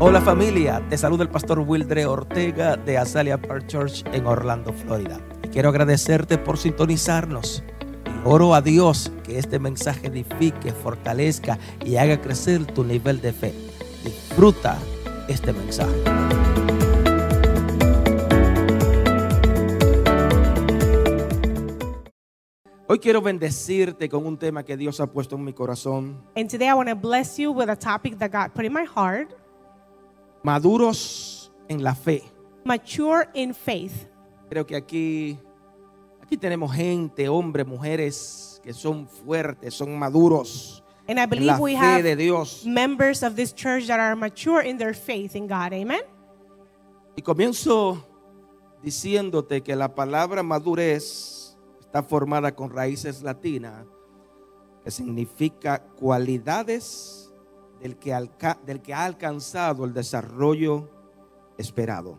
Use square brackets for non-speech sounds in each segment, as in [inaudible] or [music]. Hola familia, te saluda el pastor Wildre Ortega de Azalea Park Church en Orlando, Florida. Y quiero agradecerte por sintonizarnos. Y oro a Dios que este mensaje edifique, fortalezca y haga crecer tu nivel de fe. Disfruta este mensaje. Hoy quiero bendecirte con un tema que Dios ha puesto en mi corazón. And today I want to bless you with a topic that God put in my heart Maduros en la fe. mature in faith. Creo que aquí, aquí tenemos gente, hombres, mujeres, que son fuertes, son maduros. And I En la believe we fe de have Dios. members of this church that are mature in their faith in God. Amen. Y comienzo diciéndote que la palabra madurez está formada con raíces latinas, que significa cualidades del que, alca- del que ha alcanzado el desarrollo esperado.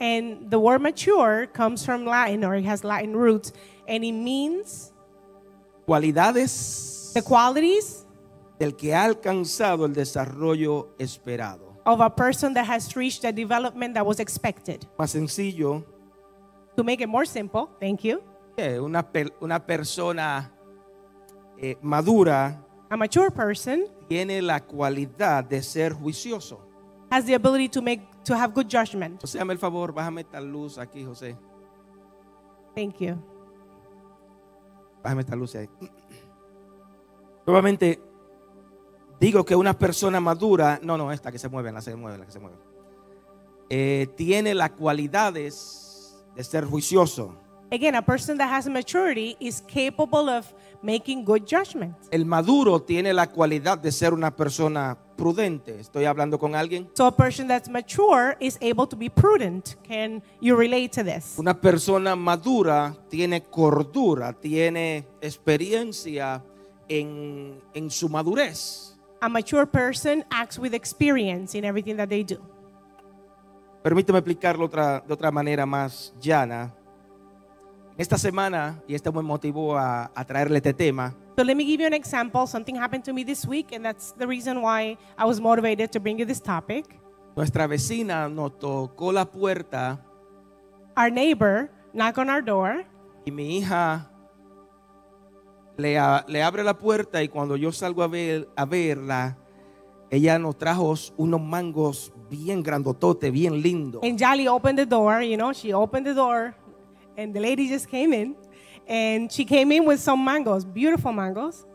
And the word mature comes from Latin or it has Latin roots and it means Cualidades the qualities del que ha alcanzado el desarrollo esperado. of a person that has reached the development that was expected. Más sencillo, To make it more simple, thank you. eh, una, per- una persona eh, madura A mature person tiene la cualidad de ser juicioso. has the ability to make to have good judgment. José, hazme el favor, bájame esta luz aquí, José. Thank you. Bájame esta luz ahí. Nuevamente, digo que una persona madura, no, no, esta que se mueve, la que se mueve, la que se mueve, Eh, tiene las cualidades de ser juicioso. Again, a person that has maturity is capable of making good judgment. El maduro tiene la cualidad de ser una persona prudente. Estoy hablando con alguien. So a person that's mature is able to be prudent. Can you relate to this? Una persona madura tiene cordura, tiene experiencia en, en su madurez. A mature person acts with experience in everything that they do. Permíteme explicarlo otra- de otra manera más llana. Esta semana, y esto me motivó a, a traerle este tema, So let me give you an example. Something happened to me this week, and that's the reason why I was motivated to bring you this topic. nuestra vecina nos tocó la puerta Our neighbor knocked on our door, y mi hija le, a- le abre la puerta y cuando yo salgo a, ver, a verla, ella nos trajo unos mangos bien grandototes, bien lindos. and Jolly opened the door. You know, she opened the door, and the lady just came in, and she came in with some mangoes, beautiful mangoes.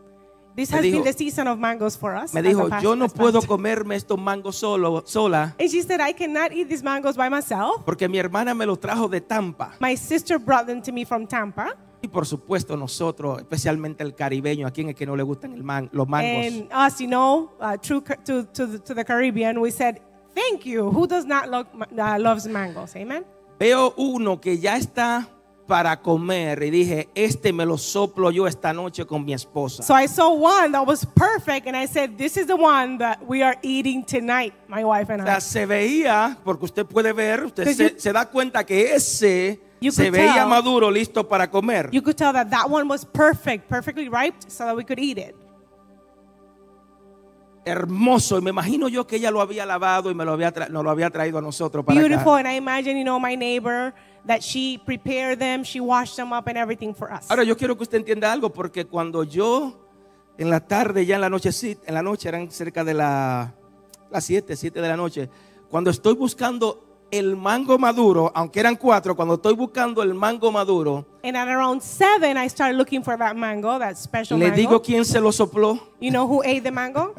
This Me has dijo- been the season of mangoes for us. Me as a dijo, pas- yo no as puedo pastors." comerme estos mangos solo, sola And she said, I cannot eat these mangoes by myself. porque mi hermana me los trajo de Tampa. My sister brought them to me from Tampa. Y por supuesto nosotros, especialmente el caribeño, a quien es que no le gustan el man- los mangos. And us, you know, uh, true Ca- to, to, the- to the Caribbean, we said, Thank you. Who does not love, uh, loves mangoes? Amen. Veo uno que ya está para comer y dije, este me lo soplo yo esta noche con mi esposa. So I saw one that was perfect, and I said, This is the one that we are eating tonight, my wife and O I. sea, se veía, porque usted puede ver, usted Because se, you- se da cuenta que ese You se could veía tell. maduro, listo para comer. You could tell that that one was perfect, perfectly ripe, so that we could eat it. Hermoso, y me imagino yo que ella lo había lavado y me lo había tra- nos lo había traído a nosotros para acá. Beautiful, and I imagine, you know, my neighbor, that she prepared them, she washed them up, and everything for us. Ahora yo quiero que usted entienda algo, porque cuando yo en la tarde, ya en la nochecita, en la noche eran cerca de la- las 7, 7 de la noche, cuando estoy buscando el mango maduro, aunque eran cuatro, cuando estoy buscando el mango maduro, And at around seven, I started looking for that mango, that special le mango. digo quién se lo sopló. you know who ate [laughs] the mango?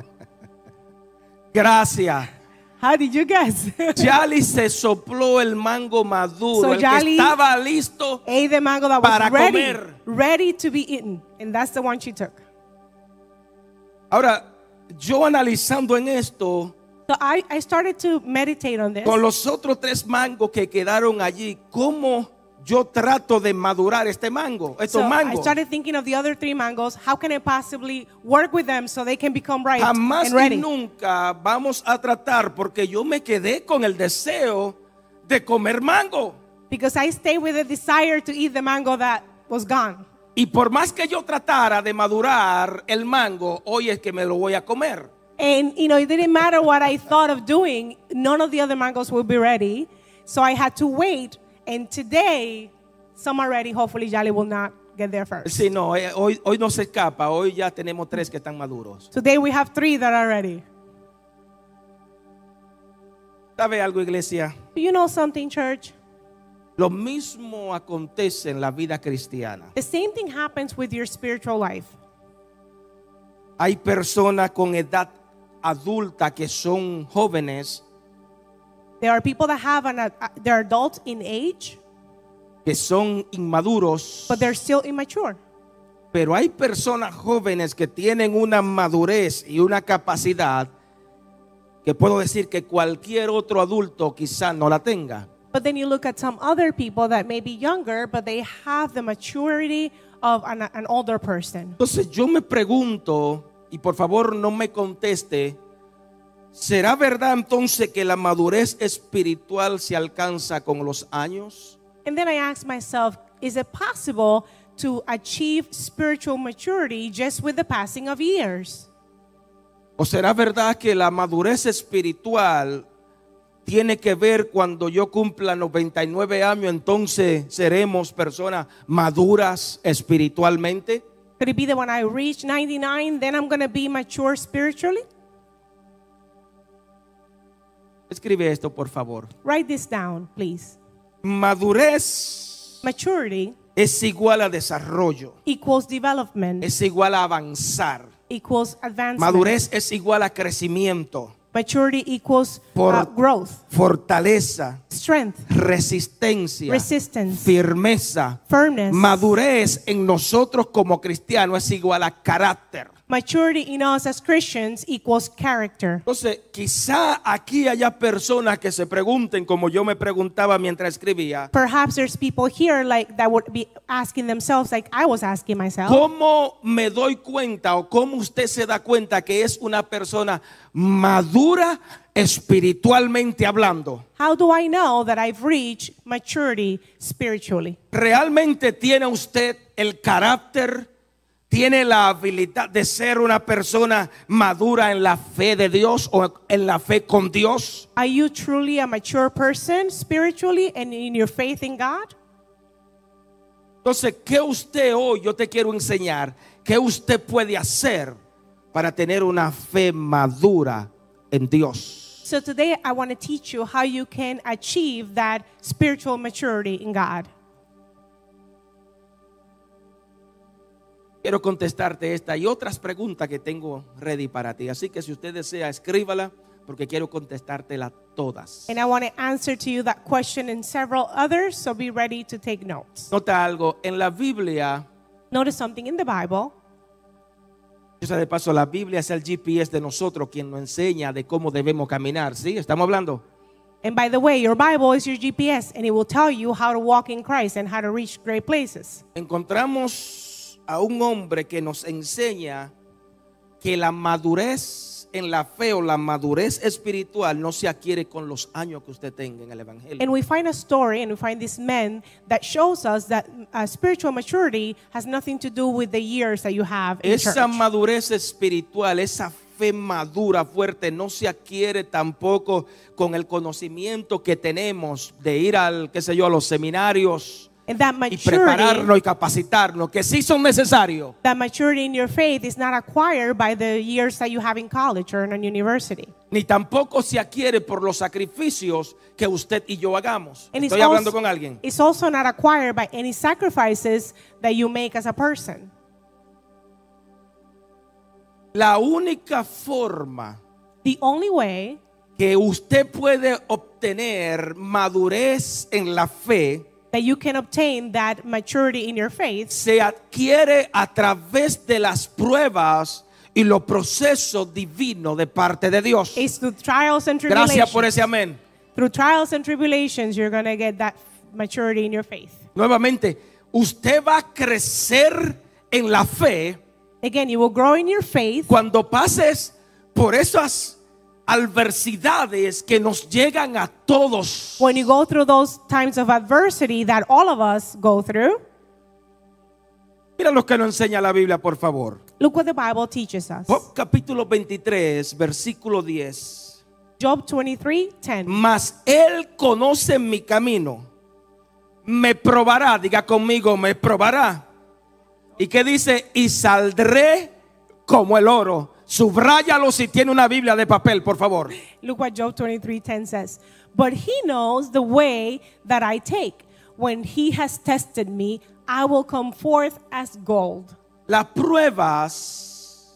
Gracias. How did [laughs] you guess? Yali se sopló el mango maduro, So el que Yali- estaba listo. ate the mango that was Para ready, comer. ready to be eaten, and that's the one she took. Ahora, yo analizando en esto, So I, I started to meditate on this. con los otros tres mangos que quedaron allí, ¿cómo yo trato de madurar este mango, estos so I mangos? started thinking of the other three mangoes. How can I possibly work with them so they can become ripe Jamás and ready? y nunca vamos a tratar porque yo me quedé con el deseo de comer mango. Because I stayed with the desire to eat the mango that was gone. Y por más que yo tratara de madurar el mango, hoy es que me lo voy a comer. And you know, it didn't matter what I thought of doing, none of the other mangoes would be ready. So I had to wait. And today, some are ready. Hopefully, Jolly will not get there first. Sí, no, eh, hoy, hoy no se escapa, hoy ya tenemos tres que están maduros. Today, we have three that are ready. ¿Sabe algo, iglesia? You know something, church? Lo mismo acontece en la vida cristiana. The same thing happens with your spiritual life. Hay personas con edad adulta que son jóvenes, There are people that have an, uh, they're adults in age, que son inmaduros, but they're still immature. pero hay personas jóvenes que tienen una madurez y una capacidad que puedo decir que cualquier otro adulto quizá no la tenga. But then you look at some other people that may be younger, but they have the maturity of an, an older person. Entonces yo me pregunto, y por favor no me conteste, ¿será verdad entonces que la madurez espiritual se alcanza con los años? And then I ask myself, is it possible to achieve spiritual maturity just with the passing of years? ¿O será verdad que la madurez espiritual tiene que ver cuando yo cumpla 99 años, entonces seremos personas maduras espiritualmente? Could it be that when I reach 99, then I'm going to be mature spiritually? Escribe esto, por favor. Write this down, please. Madurez Maturity es igual a desarrollo, equals development, es igual a avanzar. equals advancement. Madurez es igual a crecimiento, Maturity equals Por- uh, growth, fortaleza, strength, resistencia, Resistance. firmeza. firmness. Madurez en nosotros como cristianos es igual a carácter. Maturity in us as Christians equals character. Entonces, quizá aquí haya personas que se pregunten, como yo me preguntaba mientras escribía, Perhaps there's people here like that would be asking themselves, like I was asking myself, ¿cómo me doy cuenta o cómo usted se da cuenta que es una persona madura espiritualmente hablando? how do I know that I've reached maturity spiritually? ¿Realmente tiene usted el carácter? ¿Tiene la habilidad de ser una persona madura en la fe de Dios o en la fe con Dios? Are you truly a mature person spiritually and in your faith in God? Entonces, ¿qué usted hoy, yo te quiero enseñar, qué usted puede hacer para tener una fe madura en Dios? So today I want to teach you how you can achieve that spiritual maturity in God. Quiero contestarte esta y otras preguntas que tengo ready para ti. Así que si usted desea, escríbala porque quiero contestártela todas. And I want to answer to you that question and several others, so be ready to take notes. Nota algo, en la Biblia, Notice something in the Bible. yo sea de paso, la Biblia es el GPS de nosotros quien nos enseña de cómo debemos caminar, ¿sí? Estamos hablando. And by the way, your Bible is your GPS, and it will tell you how to walk in Christ and how to reach great places. encontramos a un hombre que nos enseña que la madurez en la fe o la madurez espiritual no se adquiere con los años que usted tenga en el Evangelio. And we find a story, and we find this man that shows us that uh, spiritual maturity has nothing to do with the years that you have in Esa church. madurez espiritual, esa fe madura, fuerte, no se adquiere tampoco con el conocimiento que tenemos de ir al, qué sé yo, a los seminarios And that y prepararnos maturity, y capacitarnos, que sí son necesarios. that maturity in your faith is not acquired by the years that you have in college or in a university. ni tampoco se adquiere por los sacrificios que usted y yo hagamos. And Estoy it's hablando also- con alguien. It's also not acquired by any sacrifices that you make as a person. La única forma The only way que usted puede obtener madurez en la fe that you can obtain that maturity in your faith se adquiere a través de las pruebas y los procesos divinos de parte de Dios. is through trials and tribulations. Gracias por ese amén. Through trials and tribulations, you're going to get that maturity in your faith. Nuevamente, usted va a crecer en la fe Again, you will grow in your faith cuando pases por esas adversidades que nos llegan a todos, when you go through those times of adversity that all of us go through. Mira lo que nos enseña la Biblia, por favor. Look what the Bible teaches us. Job capítulo 23, versículo 10. Job 23 10. Mas él conoce mi camino. Me probará, diga conmigo, me probará. ¿Y qué dice? Y saldré como el oro. Subráyalo si tiene una Biblia de papel, por favor. Look what Job 23 10 says. But he knows the way that I take. When he has tested me, I will come forth as gold. Las pruebas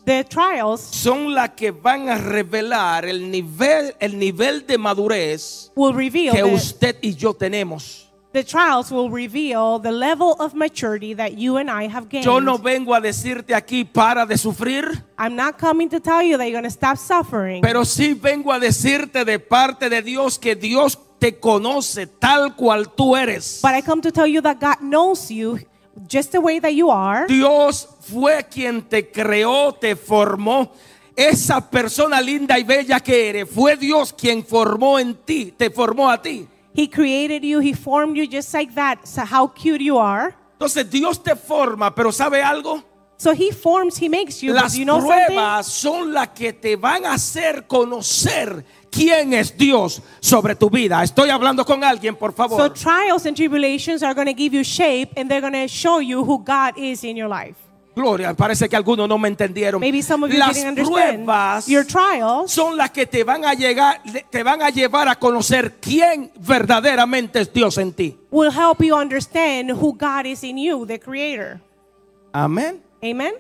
The trials son las que van a revelar el nivel, el nivel de madurez will reveal que the, usted y yo tenemos. the trials will reveal the level of maturity that you and I have gained. Yo no vengo a decirte aquí para de sufrir, I'm not coming to tell you that you're going to stop suffering, pero sí vengo a decirte de parte de Dios que Dios te conoce tal cual tú eres. but I come to tell you that God knows you just the way that you are. Dios fue quien te creó, te formó. Esa persona linda y bella que eres, fue Dios quien formó en ti, te formó a ti. He created you, He formed you just like that. So, how cute you are. Entonces Dios te forma, pero ¿sabe algo? So, He forms, He makes you. But Las you know something? pruebas son las que te van a hacer conocer quién es Dios sobre tu vida. Estoy hablando con alguien, por So, favor. trials and tribulations are going to give you shape and they're going to show you who God is in your life. Gloria, parece que algunos no me entendieron. Maybe some of you Las didn't pruebas understand. Your trials son las que te van a llegar, te van a llevar a conocer quién verdaderamente es Dios en ti. will help you understand who God is in you, the Creator. Amén. Amen?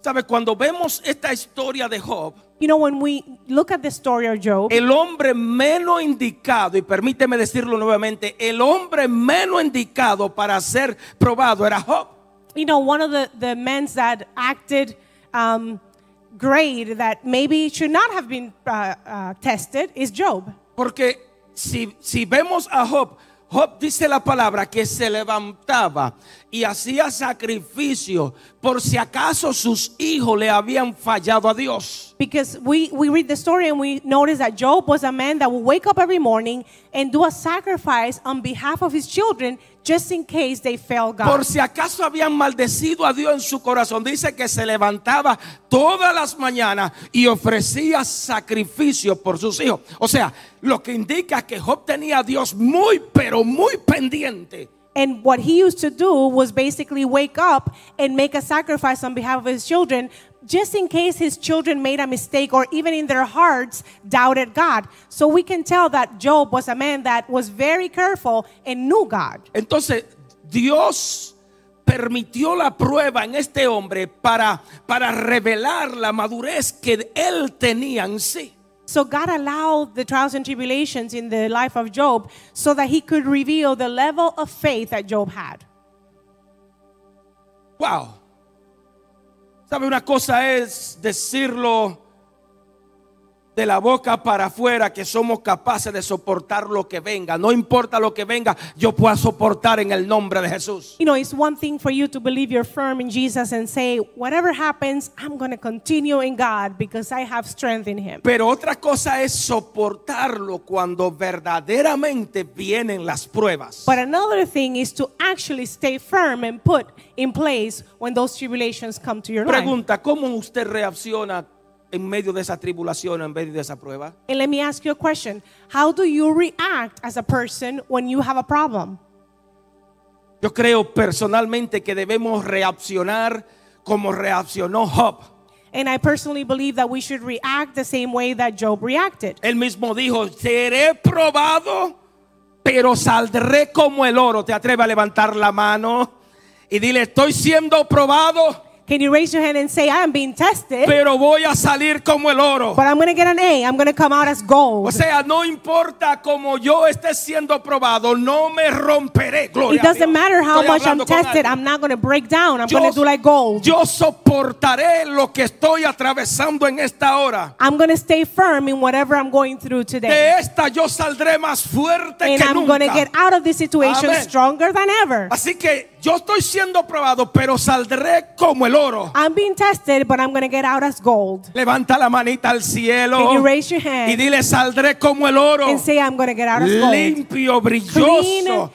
Sabes, cuando vemos esta historia de Job, You know, when we look at the story of Job, el hombre menos indicado, y permíteme decirlo nuevamente, el hombre menos indicado para ser probado era Job. you know, one of the, the men that acted um, great that maybe should not have been uh, uh, tested is Job. Porque si, si vemos a Job, Job dice la palabra que se levantaba y hacía sacrificio por si acaso sus hijos le habían fallado a Dios. Because we, we read the story and we notice that Job was a man that would wake up every morning and do a sacrifice on behalf of his children just in case they fail Por God. si acaso habían maldecido a Dios en su corazón. Dice que se levantaba todas las mañanas y ofrecía sacrificio por sus hijos. O sea, lo que indica que Job tenía a Dios muy, pero muy pendiente. And what he used to do was basically wake up and make a sacrifice on behalf of his children just in case his children made a mistake or even in their hearts doubted God. So we can tell that Job was a man that was very careful and knew God. Entonces, Dios permitió la prueba en este hombre para, para revelar la madurez que él tenía en sí. So God allowed the trials and tribulations in the life of Job so that he could reveal the level of faith that Job had. Wow. ¿Sabe una cosa es decirlo de la boca para afuera que somos capaces de soportar lo que venga? No importa lo que venga, yo puedo soportar en el nombre de Jesús. You know, it's one thing for you to believe you're firm in Jesus and say, whatever happens, I'm going to continue in God because I have strength in him. Pero otra cosa es soportarlo cuando verdaderamente vienen las pruebas. But another thing is to actually stay firm and put in place when those tribulations come to your life. Pregunta, ¿cómo usted reacciona en medio de esa tribulación, en medio de esa prueba? And let me ask you a question. How do you react as a person when you have a problem? Yo creo personalmente que debemos reaccionar como reaccionó Job. And I personally believe that we should react the same way that Job reacted. Él mismo dijo, seré probado, pero saldré como el oro. ¿Te atreves a levantar la mano? Y dile, estoy siendo probado, Can you raise your hand and say, I am being tested, pero voy a salir como el oro. but I'm going to get an A. I'm going to come out as O gold. sea, no importa como yo esté siendo probado, no me romperé. Gloria It a Dios. doesn't matter how Estoy much I'm hablando con tested, alguien. I'm not going to break down. I'm Yo- going to do like gold. Yo soportaré lo que estoy atravesando en esta hora. I'm going to stay firm in whatever I'm going through today. De esta yo saldré más fuerte And que I'm nunca. going to get out of this situation Amén. stronger than ever. Así que yo estoy siendo probado, pero saldré como el oro. I'm being tested, but I'm going to get out as gold. Levanta la manita al Can you cielo raise your y hand dile saldré como el oro, and say, I'm going to get out as gold? limpio, brilloso,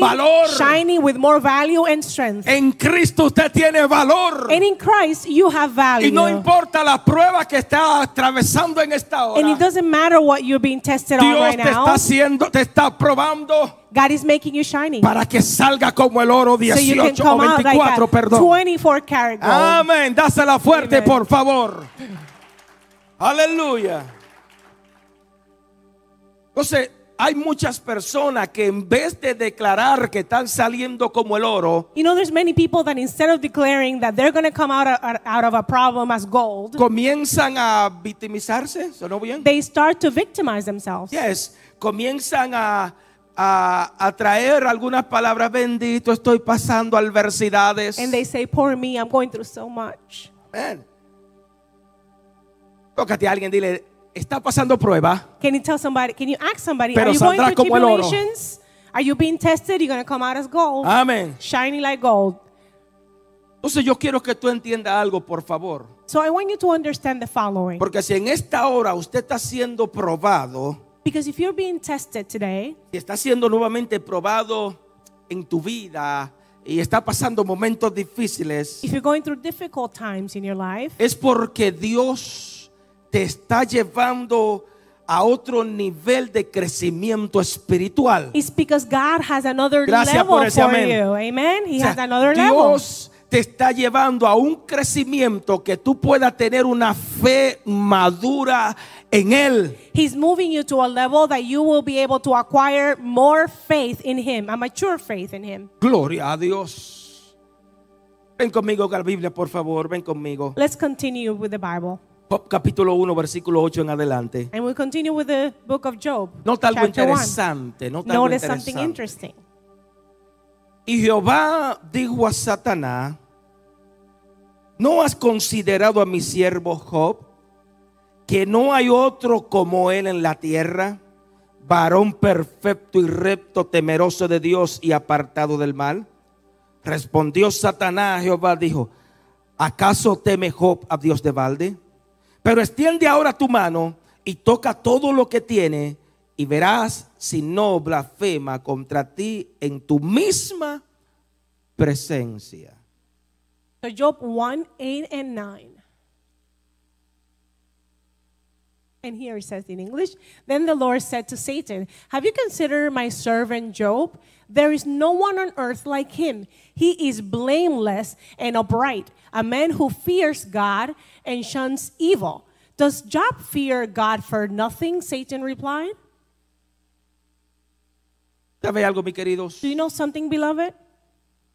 con valor. bright, shining with more value and strength. En Cristo usted tiene valor. And in Christ, you have Y value. no importa la prueba que está atravesando en esta And hora. it doesn't matter what you're being tested on Dios right te está now. haciendo, te está probando God is making you shining. para que salga como el oro So you can 18 o come out like 24, a perdón. Ah. 24 karat gold. Amén. Dásela fuerte, Amen. por favor. Aleluya. Entonces, hay muchas personas que en vez de declarar que están saliendo como el oro, You know, there's many people that instead of declaring that they're going to come out of, out of a problem as gold, comienzan a victimizarse. ¿Sonó bien? they start to victimize themselves. Yes, comienzan a, a, a traer algunas palabras, bendito, estoy pasando adversidades. And they say, Poor me, I'm going through so much. Amén. Tócate a alguien, dile, está pasando prueba, Can you tell somebody, can you ask somebody, Pero Are you going saldrá through como el oro." Ah. tribulations? Are you being tested? You're going to come out as gold, amén. shining like gold. Entonces yo quiero que tú entiendas algo, por favor. So I want you to understand the following. Porque si en esta hora usted está siendo probado, Because if you're being tested today, y está siendo nuevamente probado en tu vida, y está pasando momentos difíciles, if you're going through difficult times in your life, es porque Dios te está llevando a otro nivel de crecimiento espiritual. it's because God has another Gracias level por ese for amén. you. Amen. He O sea, has another level. Dios te está llevando a un crecimiento que tú puedas tener una fe madura en Él. He's moving you to a level that you will be able to acquire more faith in Him, a mature faith in Him. Gloria a Dios. Ven conmigo a la Biblia, por favor, ven conmigo. Let's continue with the Bible. Job capítulo 1, versículo 8 en adelante. And we'll continue with the book of Job. Nota algo chapter one. interesante, nota algo Notice something interesante. interesting. Y Jehová dijo a Satanás, ¿no has considerado a mi siervo Job que no hay otro como él en la tierra, varón perfecto y recto, temeroso de Dios y apartado del mal? Respondió Satanás a Jehová, dijo, ¿acaso teme Job a Dios de balde? Pero extiende ahora tu mano y toca todo lo que tiene y verás si no blasfema contra ti en tu misma presencia. So Job 1, 8, and 9. And here it says in English Then the Lord said to Satan, Have you considered my servant Job? There is no one on earth like him. He is blameless and upright, a man who fears God and shuns evil. Does Job fear God for nothing? Satan replied. ¿Sabes algo, mis queridos? Do you know something, beloved?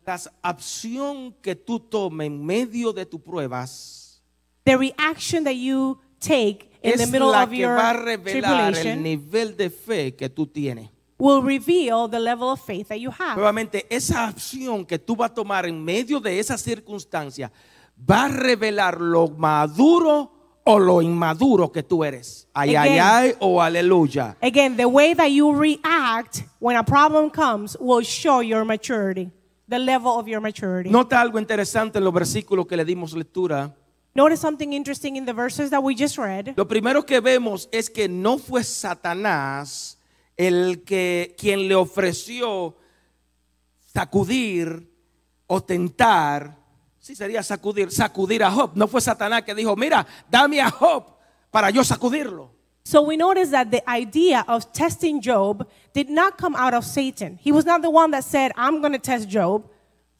La acción que tú tomes en medio de tus pruebas The reaction that you take in the es middle la of que your va a revelar el tribulation. nivel de fe que tú tienes. will reveal the level of faith that you have. Nuevamente, esa acción que tú vas a tomar en medio de esa circunstancia va a revelar lo maduro o lo inmaduro que tú eres. Ay, ay, Again. ay o aleluya. Again, the way that you react when a problem comes will show your maturity, the level of your maturity. Nota algo interesante en los versículos que le dimos lectura. Notice something interesting in the verses that we just read. Lo primero que vemos es que no fue Satanás el que quien le ofreció sacudir o tentar, sí sería sacudir, sacudir a Job. No fue Satanás que dijo, mira, dame a Job para yo sacudirlo. So we notice that the idea of testing Job did not come out of Satan. He was not the one that said, I'm going to test Job. O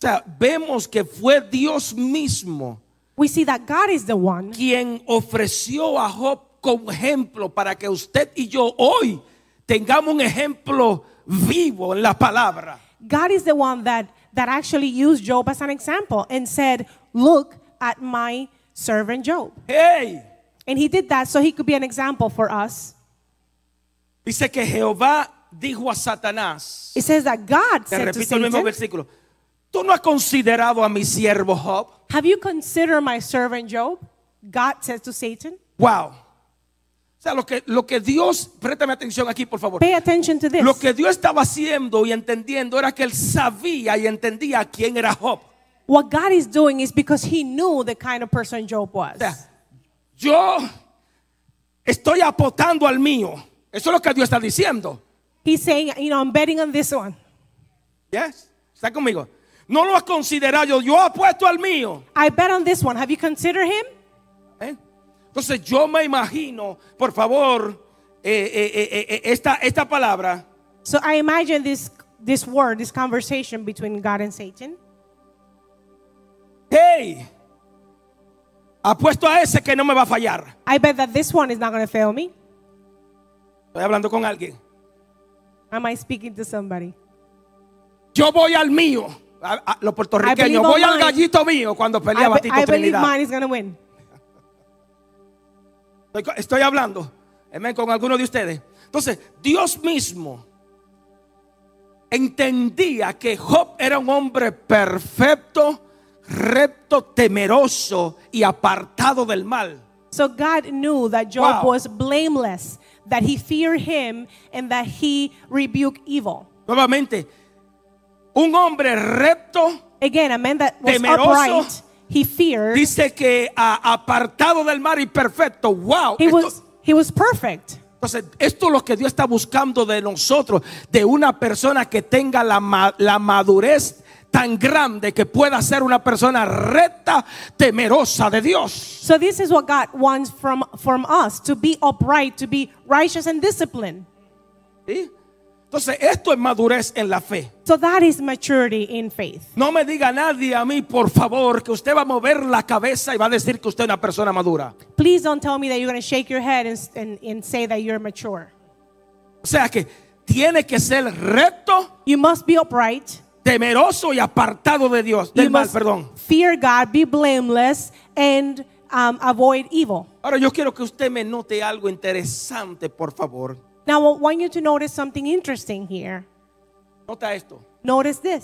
sea, vemos que fue Dios mismo We see that God is the one quien ofreció a Job como ejemplo para que usted y yo hoy tengamos un ejemplo vivo en la palabra. God is the one that, that actually used Job as an example and said, Look at my servant Job. ¡Hey! And he did that so he could be an example for us. Dice que Jehová dijo a Satanás, It says that God te said to repito el mismo Satan, versículo, tú no has considerado a mi siervo Job. Have you considered my servant Job? God says to Satan. Wow. O sea, lo que, lo que Dios, préstame atención aquí por favor. Pay attention to Lo this. que Dios estaba haciendo y entendiendo era que él sabía y entendía quién era Job. What God is doing is because he knew the kind of person Job was. O sea, yo estoy apotando al mío. Eso es lo que Dios está diciendo. He's saying, you know, I'm betting on this one. Yes. Está conmigo. No lo has considerado. Yo, yo apuesto al mío. I bet on this one. Have you considered him? ¿eh? Entonces yo me imagino, por favor, eh, eh, eh, eh, esta, esta palabra So I imagine this this word, this conversation between God and Satan. Hey, apuesto a ese que no me va a fallar. I bet that this one is not going to fail me. Estoy hablando con alguien. Am I speaking to somebody? Yo voy al mío. A- a los I believe puertorriqueños, on voy al mine. gallito mío cuando peleaba I, be- Tito I believe Trinidad. mine is going to win. Estoy, co- estoy hablando amén, con alguno de ustedes. Entonces, Dios mismo entendía que Job era un hombre perfecto, recto, temeroso y apartado del mal. So God knew that Job Wow. was blameless, that he feared him, and that he rebuked evil. Nuevamente, un hombre recto Again, a man that was Temeroso. upright, he feared. dice que a- apartado del mal y perfecto. Wow. he Esto- was he was perfect. Entonces, esto es lo que Dios está buscando de nosotros, de una persona que tenga la, ma- la madurez tan grande que pueda ser una persona recta, temerosa de Dios. So this is what God wants from from us to be upright, to be righteous and disciplined. ¿sí? Entonces, esto es madurez en la fe. So that is maturity in faith. No me diga nadie a mí, por favor, que usted va a mover la cabeza y va a decir que usted es una persona madura. Please don't tell me that you're going to shake your head and, and, and say that you're mature. O sea que tiene que ser recto, You must be upright. temeroso y apartado de Dios. You Del mal, must perdón. fear God, be blameless, and um, avoid evil. Ahora yo quiero que usted me note algo interesante, por favor. Now, I want you to notice something interesting here. Nota esto. Notice this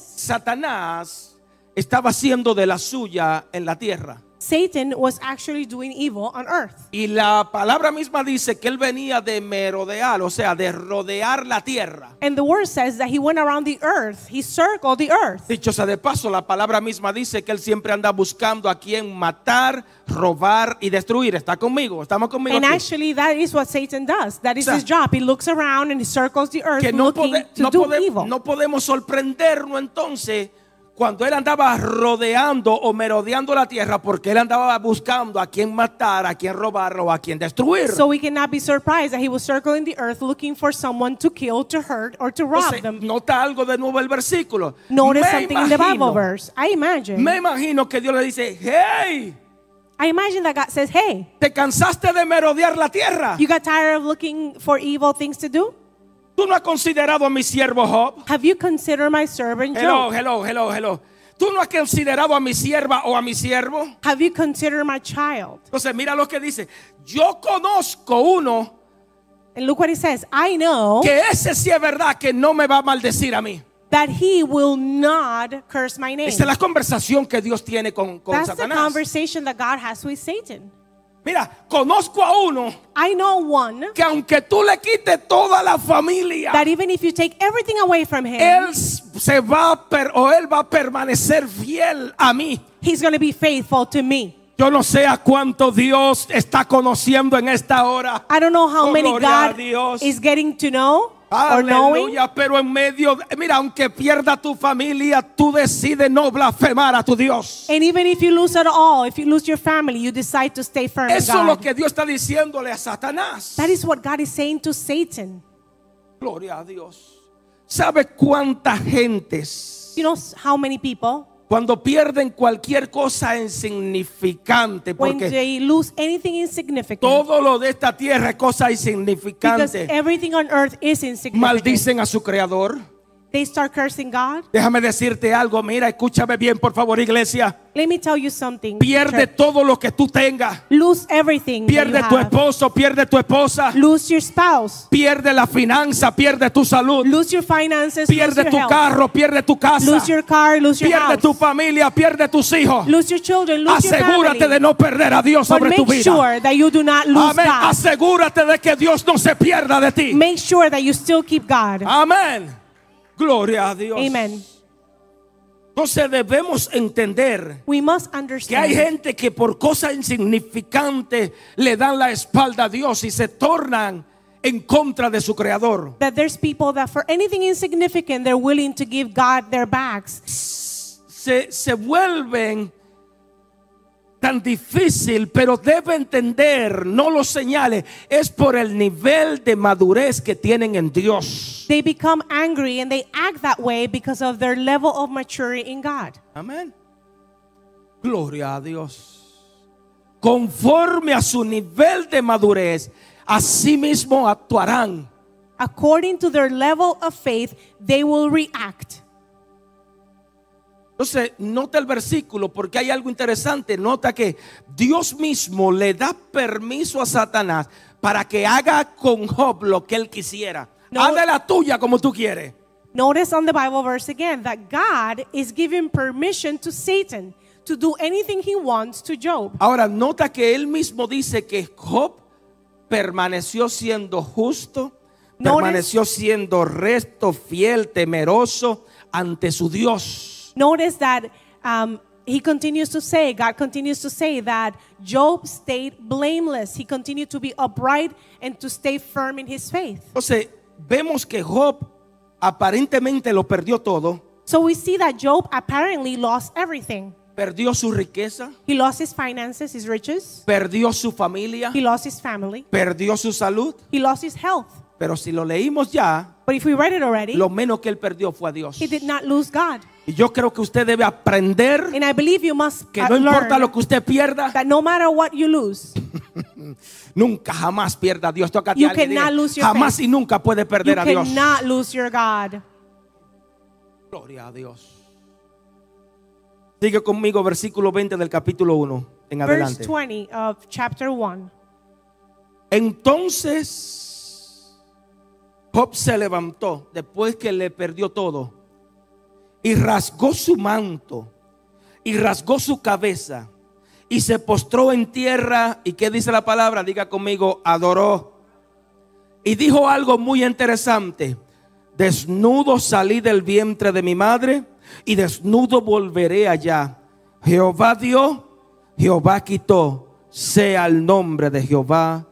Satanás estaba haciendo de la suya en la tierra. Satan was actually doing evil on earth. Y la palabra misma dice que él venía de merodear, o sea, de rodear la tierra. And the word says that he went around the earth, he circled the earth. Dicho sea de paso, la palabra misma dice que él siempre anda buscando a quien matar, robar y destruir. ¿Está conmigo? ¿Estamos conmigo? And aquí? actually, that is what Satan does. That is O sea, his job. He looks around and he circles the earth que no, looking pode- to no do pode- evil. no podemos sorprendernos entonces cuando él andaba rodeando o merodeando la tierra porque él andaba buscando a quien matar, a quien robar o a quien destruir. So we cannot be surprised that he was circling the earth looking for someone to kill, to hurt, or to rob Entonces, them. nota algo de nuevo el versículo. Notice Me something in the Bible imagino- verse. I imagine. Me imagino que Dios le dice, hey, I imagine that God says, hey, te cansaste de merodear la tierra. you got tired of looking for evil things to do? Tú no has considerado a mi siervo Job. Have you considered my servant Hello, Job? hello, hello, hello. Tú no has considerado a mi sierva o a mi siervo. Have you considered my child? Entonces mira lo que dice. Yo conozco uno And look what he says. I know que ese sí es verdad que no me va a maldecir a mí. that he will not curse my name. Esa es la conversación que Dios tiene con, con That's the Satanás. conversation that God has with Satan. Mira, conozco a uno I know one que aunque tú le quites toda la familia, that even if you take everything away from him, Él se va a per- o él va a permanecer fiel a mí. he's going to be faithful to me. Yo no sé a cuánto Dios está conociendo en esta hora. I don't know how Oh, many gloria a God Dios. is getting to know or knowing. Aleluya, pero en medio, de- mira, aunque pierda tu familia, tú decides no blasfemar a tu Dios. And even if you lose at all, if you lose your family, you decide to stay firm. in Eso es lo God. que Dios está diciéndole a Satanás. That is what God is saying to Satan. Gloria a Dios. ¿Sabe cuántas gentes You know s- how many people, cuando pierden cualquier cosa insignificante? when Porque they lose anything insignificant, Todo lo de esta tierra es cosa because insignificante. everything on earth is insignificant, Maldicen a su creador. they start cursing God? Déjame decirte algo, mira, escúchame bien, por favor, iglesia. Let me tell you something. Pierde church. todo lo que tú tengas. Lose everything. that Pierde you tu have. esposo, pierde tu esposa, Lose your spouse. pierde la finanza, pierde tu salud, Lose your finances. lose pierde your tu health. carro, pierde tu casa, Lose your car. Lose your pierde house. tu familia, pierde tus hijos. lose your children. Lose your Asegúrate family. de no perder a Dios but sobre tu make vida. sure that you do not lose Amén. God. Asegúrate de que Dios no se pierda de ti. Make sure that you still keep God. Amén. Gloria a Dios. Amen. Entonces debemos entender We must que hay understand gente que por cosas insignificantes le dan la espalda a Dios y se tornan en contra de su creador. That there's people that for anything insignificant, they're willing to give God their backs. Se, se vuelven tan difícil, pero debe entender, no lo señale, es por el nivel de madurez que tienen en Dios. They become angry and they act that way because of their level of maturity in God. Amén. Gloria a Dios. Conforme a su nivel de madurez, así mismo actuarán. According to their level of faith, they will react. Entonces, nota el versículo porque hay algo interesante. Nota que Dios mismo le da permiso a Satanás para que haga con Job lo que él quisiera. No. Haz de la tuya como tú quieres. Notice on the Bible verse again that God is giving permission to Satan to do anything he wants to Job. Ahora, nota que él mismo dice que Job permaneció siendo justo, Notice- permaneció siendo recto, fiel, temeroso ante su Dios. Notice that um, he continues to say, God continues to say that Job stayed blameless. He continued to be upright and to stay firm in his faith. Entonces, vemos que Job aparentemente lo perdió todo. So we see that Job apparently lost everything. Perdió su riqueza, He lost his finances, his riches. perdió su familia, He lost his family. perdió su salud. He lost his health. Pero si lo leímos ya, But if we read it already, lo menos que él perdió fue a Dios. he did not lose God. Y yo creo que usted debe aprender And I believe you must que uh, no importa learn lo que usted pierda, that no matter what you lose, Nunca jamás pierda a Dios. Tócate You a alguien y dile, cannot lose your jamás y nunca puede you perder a Dios. cannot lose your God. Gloria a Dios. Sigue conmigo versículo 20 del capítulo 1 en Verse adelante. 20 of chapter 1. Entonces Job se levantó después que le perdió todo y rasgó su manto y rasgó su cabeza y se postró en tierra y qué dice la palabra, diga conmigo, adoró y dijo algo muy interesante. Desnudo salí del vientre de mi madre y desnudo volveré allá. Jehová dio, Jehová quitó. Sea el nombre de Jehová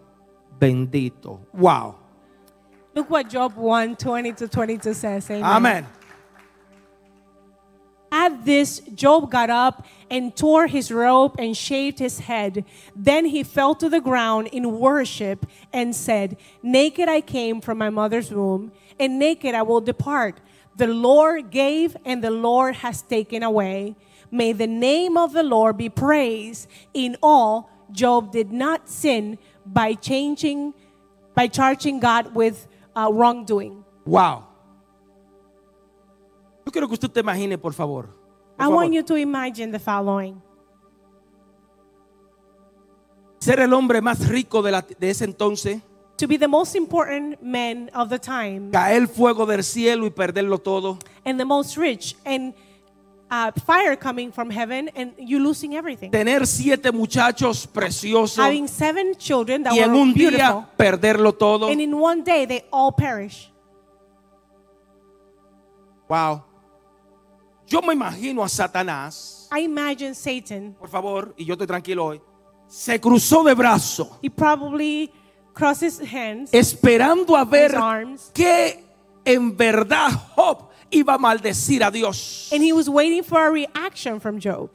bendito. Wow. Look what Job 1 20 to 22 says. Amen. Amén. At this, Job got up and tore his robe and shaved his head. Then he fell to the ground in worship and said, Naked I came from my mother's womb, and naked I will depart. The Lord gave, and the Lord has taken away. May the name of the Lord be praised. In all, Job did not sin by changing, by charging God with uh, wrongdoing. Wow. Yo quiero que usted te imagine, por favor. Por I want favor. you to imagine the following. Ser el hombre más rico de, la- de ese entonces, to be the most important men of the time caer fuego del cielo y perderlo todo. and the most rich and uh, fire coming from heaven and you losing everything Tener siete muchachos preciosos having seven children that y en were un beautiful día perderlo todo. and in one day they all perish Wow. Yo me imagino a Satanás, i imagine satan por favor, y yo estoy tranquilo hoy, se cruzó de brazo, he probably crosses hands esperando a ver arms. que en verdad Job iba a maldecir a Dios. and he was waiting for a reaction from job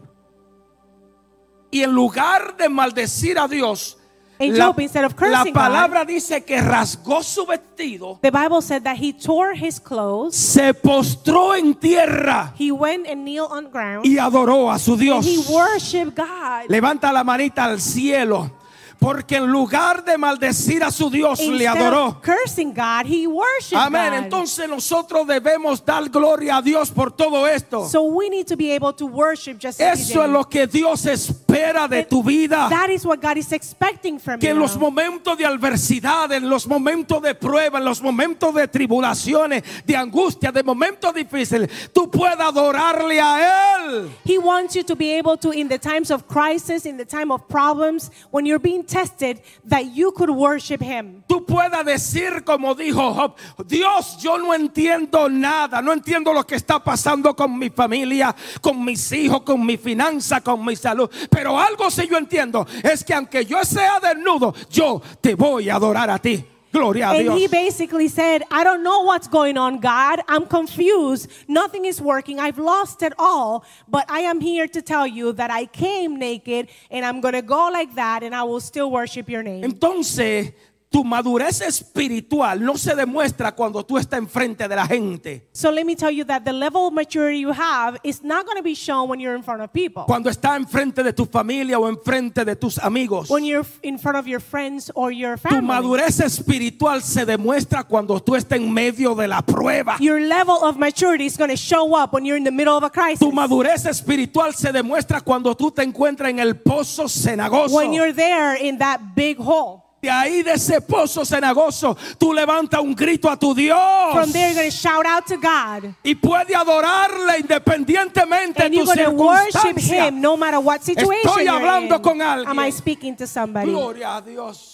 Y en lugar de maldecir a Dios, And la, Job, instead of la cursing palabra dice que rasgó su vestido, the bible said that he tore his clothes se postró en tierra he went and kneeled on ground y adoró a su and Dios. he worshiped god Levanta la manita al cielo. Porque en lugar de maldecir a su Dios, le Instead adoró. of cursing God, he worshiped Amén. God. Entonces nosotros debemos dar gloria a Dios por todo esto. so we need to be able to worship just as he Eso es did. lo que Dios espera de tu vida. That is what God is expecting from Que en you. los momentos de adversidad, en los momentos de prueba, en los momentos de tribulaciones, de angustia, de momentos difíciles, tú puedas adorarle a Él. he wants you to be able to, in the times of crisis, in the time of problems, when you're being tested, that you could worship him. Tú puedas decir como dijo Job, Dios, yo no entiendo nada, no entiendo lo que está pasando con mi familia, con mis hijos, con mi finanza, con mi salud. Pero algo sí yo entiendo, es que aunque yo sea desnudo, yo te voy a adorar a ti. Gloria a And he Dios. basically said, I don't know what's going on, God. I'm confused. Nothing is working. I've lost it all. But I am here to tell you that I came naked and I'm going to go like that and I will still worship your name. Entonces, tu madurez espiritual no se demuestra cuando tú estás enfrente de la gente. So let me tell you that the level of maturity you have is not going to be shown when you're in front of people, Cuando estás enfrente de tu familia o enfrente de tus amigos. when you're in front of your friends or your Tu family. madurez espiritual se demuestra cuando tú estás en medio de la prueba. Your level of maturity is going to show up when you're in the middle of a crisis. Tu madurez espiritual se demuestra cuando tú te encuentras en el pozo cenagoso. When you're there in that big hole. De ahí de ese pozo cenagoso, tú levantas un grito a tu Dios. From there, you're going to shout out to God. Y puede adorarle independientemente And de you're tu going to worship circunstancia. Him no matter what situation Estoy you're hablando in. con alguien. Am I speaking to somebody? Gloria a Dios.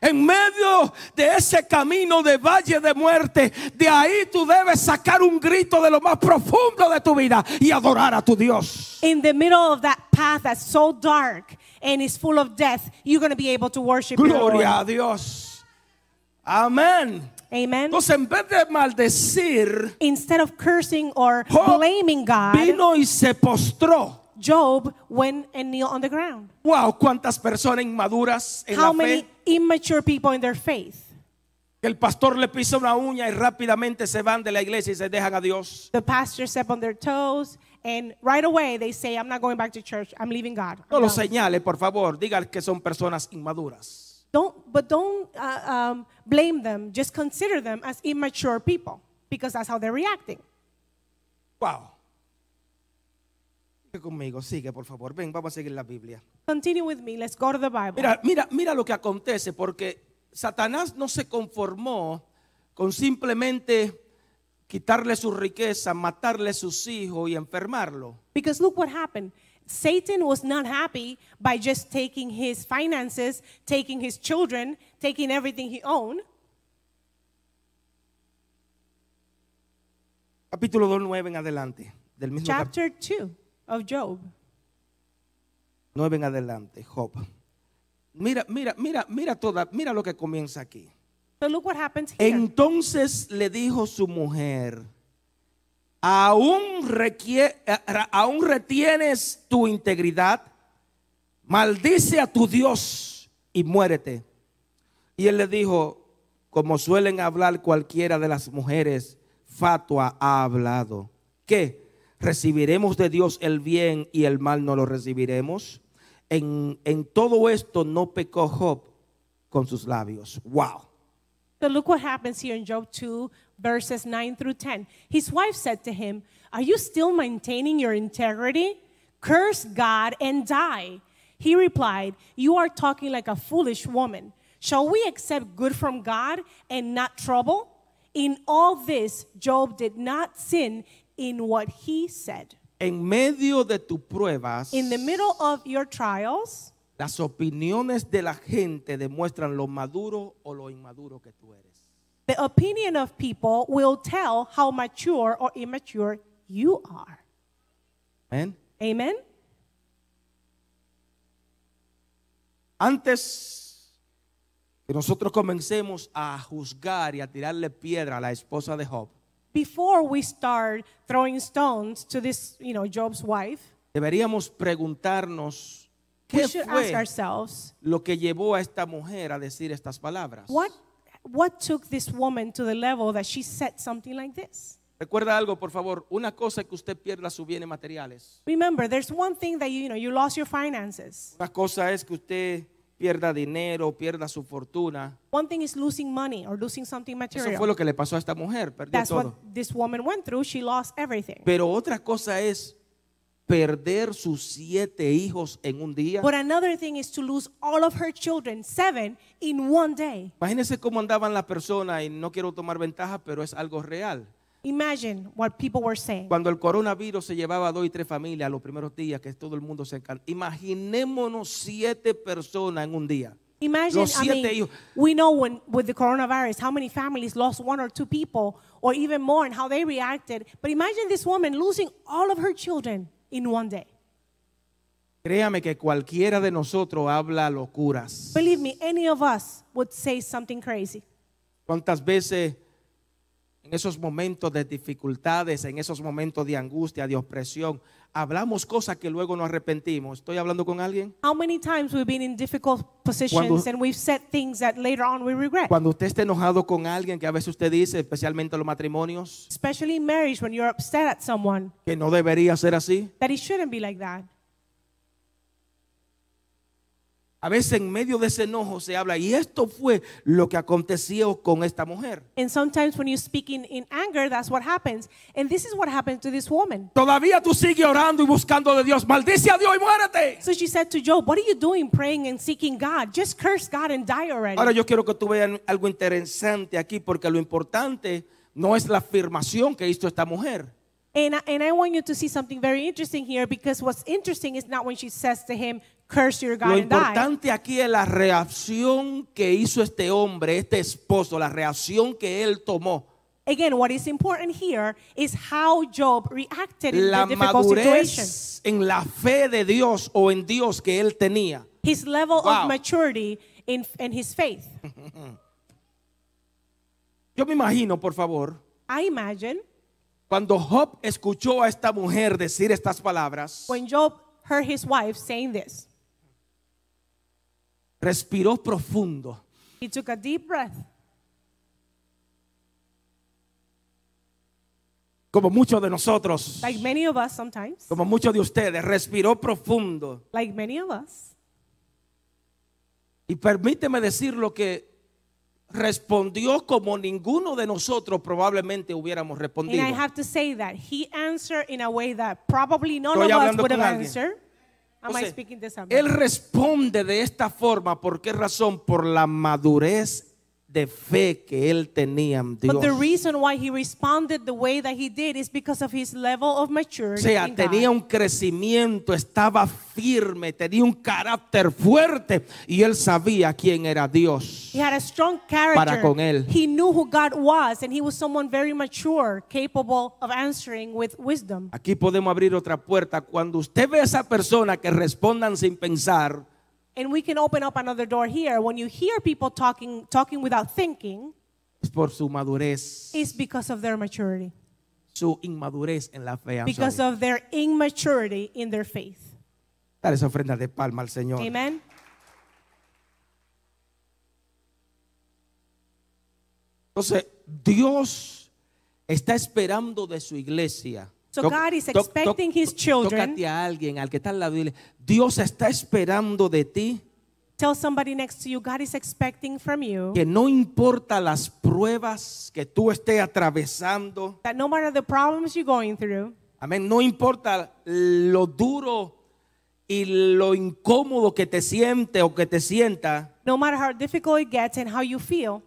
En medio de ese camino de valle de muerte, de ahí tú debes sacar un grito de lo más profundo de tu vida y adorar a tu Dios. In the middle of that path that's so dark and is full of death, you're going to be able to worship your Gloria Lord. a Dios. Amén. Amen. Entonces, en vez de maldecir, Instead of cursing or Job blaming God, vino y se postró. Job went and kneel on the ground. Wow, cuántas personas inmaduras en la How fe many immature people in their faith? que el pastor le pisa una uña y rápidamente se van de la iglesia y se dejan a Dios. The pastor step on their toes, and right away they say, "I'm not going back to church. I'm leaving God." No I'm lo out." señale, por favor, digan que son personas inmaduras. Don't, but don't uh, um, blame them. Just consider them as immature people because that's how they're reacting. Wow. Sigue conmigo, sigue por favor. Ven, vamos a seguir la Biblia. Continue with me. Let's go to the Bible. Mira, mira, mira lo que acontece, porque Satanás no se conformó con simplemente quitarle su riqueza, matarle sus hijos y enfermarlo. Because look what happened. Satan was not happy by just taking his finances, taking his children, taking everything he owned. Capítulo 2.9 en adelante, del mismo cap- Chapter 2 of Job. 9 en adelante, Job. Mira, mira, mira, mira toda, mira lo que comienza aquí. So look what happens here. Entonces le dijo su mujer, ¿aún, requie- eh, aún retienes tu integridad? Maldice a tu Dios y muérete. Y él le dijo, como suelen hablar cualquiera de las mujeres, Fatua ha hablado. ¿Qué? ¿Recibiremos de Dios el bien y el mal no lo recibiremos? En, en todo esto no pecó Job con sus labios. ¡Wow! So look what happens here in Job 2, verses 9 through 10. His wife said to him, Are you still maintaining your integrity? Curse God and die. He replied, You are talking like a foolish woman. Shall we accept good from God and not trouble? In all this, Job did not sin in what he said. En medio de tus pruebas, In the middle of your trials, las opiniones de la gente demuestran lo maduro o lo inmaduro que tú eres. the opinion of people will tell how mature or immature you are. Amén. Amen? Antes que nosotros comencemos a juzgar y a tirarle piedra a la esposa de Job, before we start throwing stones to this, you know, Job's wife, deberíamos preguntarnos we qué should ask fue ourselves, lo que llevó a esta mujer a decir estas palabras. what what took this woman to the level that she said something like this? Recuerda algo, por favor, una cosa es que usted pierda sus bienes materiales. Remember, there's one thing that you, you know, you lost your finances. Una cosa es que usted pierda dinero, pierda su fortuna. One thing is losing money or losing something Eso fue material. lo que le pasó a esta mujer, perdió That's todo. what this woman went through. She lost everything. Pero otra cosa es perder sus siete hijos en un día. But another thing is to lose all of her children, seven, in one day. Imagínense cómo andaban las personas y no quiero tomar ventaja, pero es algo real. Imagine what people were saying. Cuando el coronavirus se llevaba a dos y tres familias los primeros días que todo el mundo se encanta. Imaginémonos siete personas en un día. Imagine, Los I siete mean, hijos. we know when with the coronavirus, how many families lost one or two people, or even more, and how they reacted. But imagine this woman losing all of her children in one day. Créame que cualquiera de nosotros habla locuras. Believe me, any of us would say something crazy. ¿Cuántas veces en esos momentos de dificultades, en esos momentos de angustia, de opresión, hablamos cosas que luego nos arrepentimos? ¿Estoy hablando con alguien? How many times we've been in difficult positions and we've said things that later on we regret. Cuando usted está enojado con alguien, que a veces usted dice, especialmente los matrimonios, Especially in marriage when you're upset at someone que no debería ser así. that it shouldn't be like that. A veces en medio de ese enojo se habla, y esto fue lo que aconteció con esta mujer. And sometimes when you speak in, in anger, that's what happens. And this is what happened to this woman. Todavía tú sigues orando y buscando de Dios. Maldice a Dios y muérete. So she said to Job, What are you doing praying and seeking God? Just curse God and die already. Ahora yo quiero que tú veas algo interesante aquí, porque lo importante no es la afirmación que hizo esta mujer. And I, and I want you to see something very interesting here because what's interesting is not when she says to him, Curse your God Lo and die. importante aquí es la reacción que hizo este hombre, este esposo, la reacción que él tomó. Again, what is important here is how Job reacted in La the difficult situation. madurez en la fe de Dios o en Dios que él tenía. His level Wow. of maturity in, in his faith. Yo me imagino, por favor, I imagine cuando Job escuchó a esta mujer decir estas palabras, when Job heard his wife saying this, respiró profundo. he took a deep breath. como muchos de nosotros, like many of us sometimes, como muchos de ustedes, respiró profundo. like many of us, Y permíteme decir lo que respondió como ninguno de nosotros probablemente hubiéramos and respondido. I have to say that he answered in a way that probably none Estoy of us hablando would have con alguien. answered. Am I Entonces, speaking to somebody? él responde de esta forma, ¿por qué razón? Por la madurez de fe que él tenía en Dios. But the reason why he responded the way that he did is because of his level of O maturity. sea, in God. tenía un crecimiento, estaba firme, tenía un carácter fuerte y él sabía quién era Dios. He had a strong character. Para con él. He knew who God was, and he was someone very mature, capable of answering with wisdom. Aquí podemos abrir otra puerta. Cuando usted ve a esa persona que respondan sin pensar, And we can open up another door here. When you hear people talking, talking without thinking, es por su madurez, it's because of their maturity. su inmadurez en la fe. I'm because sorry. of their immaturity in their faith. Dar esa ofrenda de palma al Señor. Amen. Entonces, Dios está esperando de su iglesia. So Toc- God is toc- toc- expecting his toc- children. Tócate a alguien, al que está al lado, dile, Dios está esperando de ti Tell somebody next to you, God is expecting from you que no importa las pruebas que tú estés atravesando, that no matter the problems you're going through, Amén. No importa lo duro y lo incómodo que te siente o que te sienta, no matter how difficult it gets and how you feel,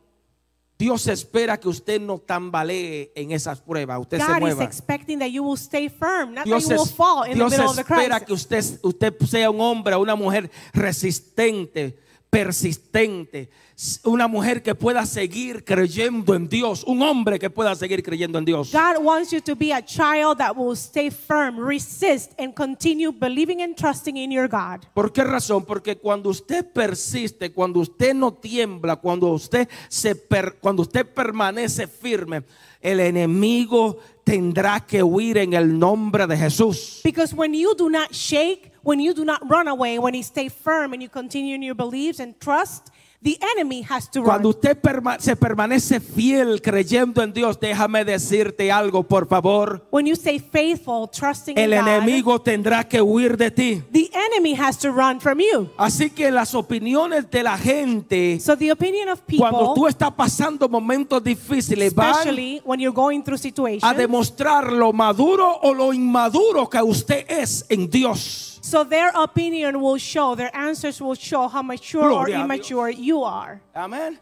Dios espera que usted no tambalee en esas pruebas, usted se God is mueva. expecting that you will stay firm, not Dios, that you will es- fall in the Dios middle of the espera crisis. que usted, usted sea un hombre o una mujer resistente, persistente, s- una mujer que pueda seguir creyendo en Dios, un hombre que pueda seguir creyendo en Dios. God wants you to be a child that will stay firm, resist, and continue believing and trusting in your God. ¿Por qué razón? Porque cuando usted persiste, cuando usted no tiembla, cuando usted se per- cuando usted permanece firme, el enemigo tendrá que huir en el nombre de Jesús. Because when you do not shake, when you do not run away, when you stay firm and you continue in your beliefs and trust, the enemy has to Cuando run. usted perma- se permanece fiel creyendo en Dios, déjame decirte algo, por favor. When you stay faithful, trusting El in God, enemigo tendrá que huir de ti. the enemy has to run from you. Así que las opiniones de la gente, So the opinion of cuando tú people, estás pasando momentos difíciles, van especially when you're going through a situations, demostrar lo maduro o lo inmaduro que usted es en Dios. so their opinion will show, their answers will show how mature or Gloria a Dios. immature you are. Amén.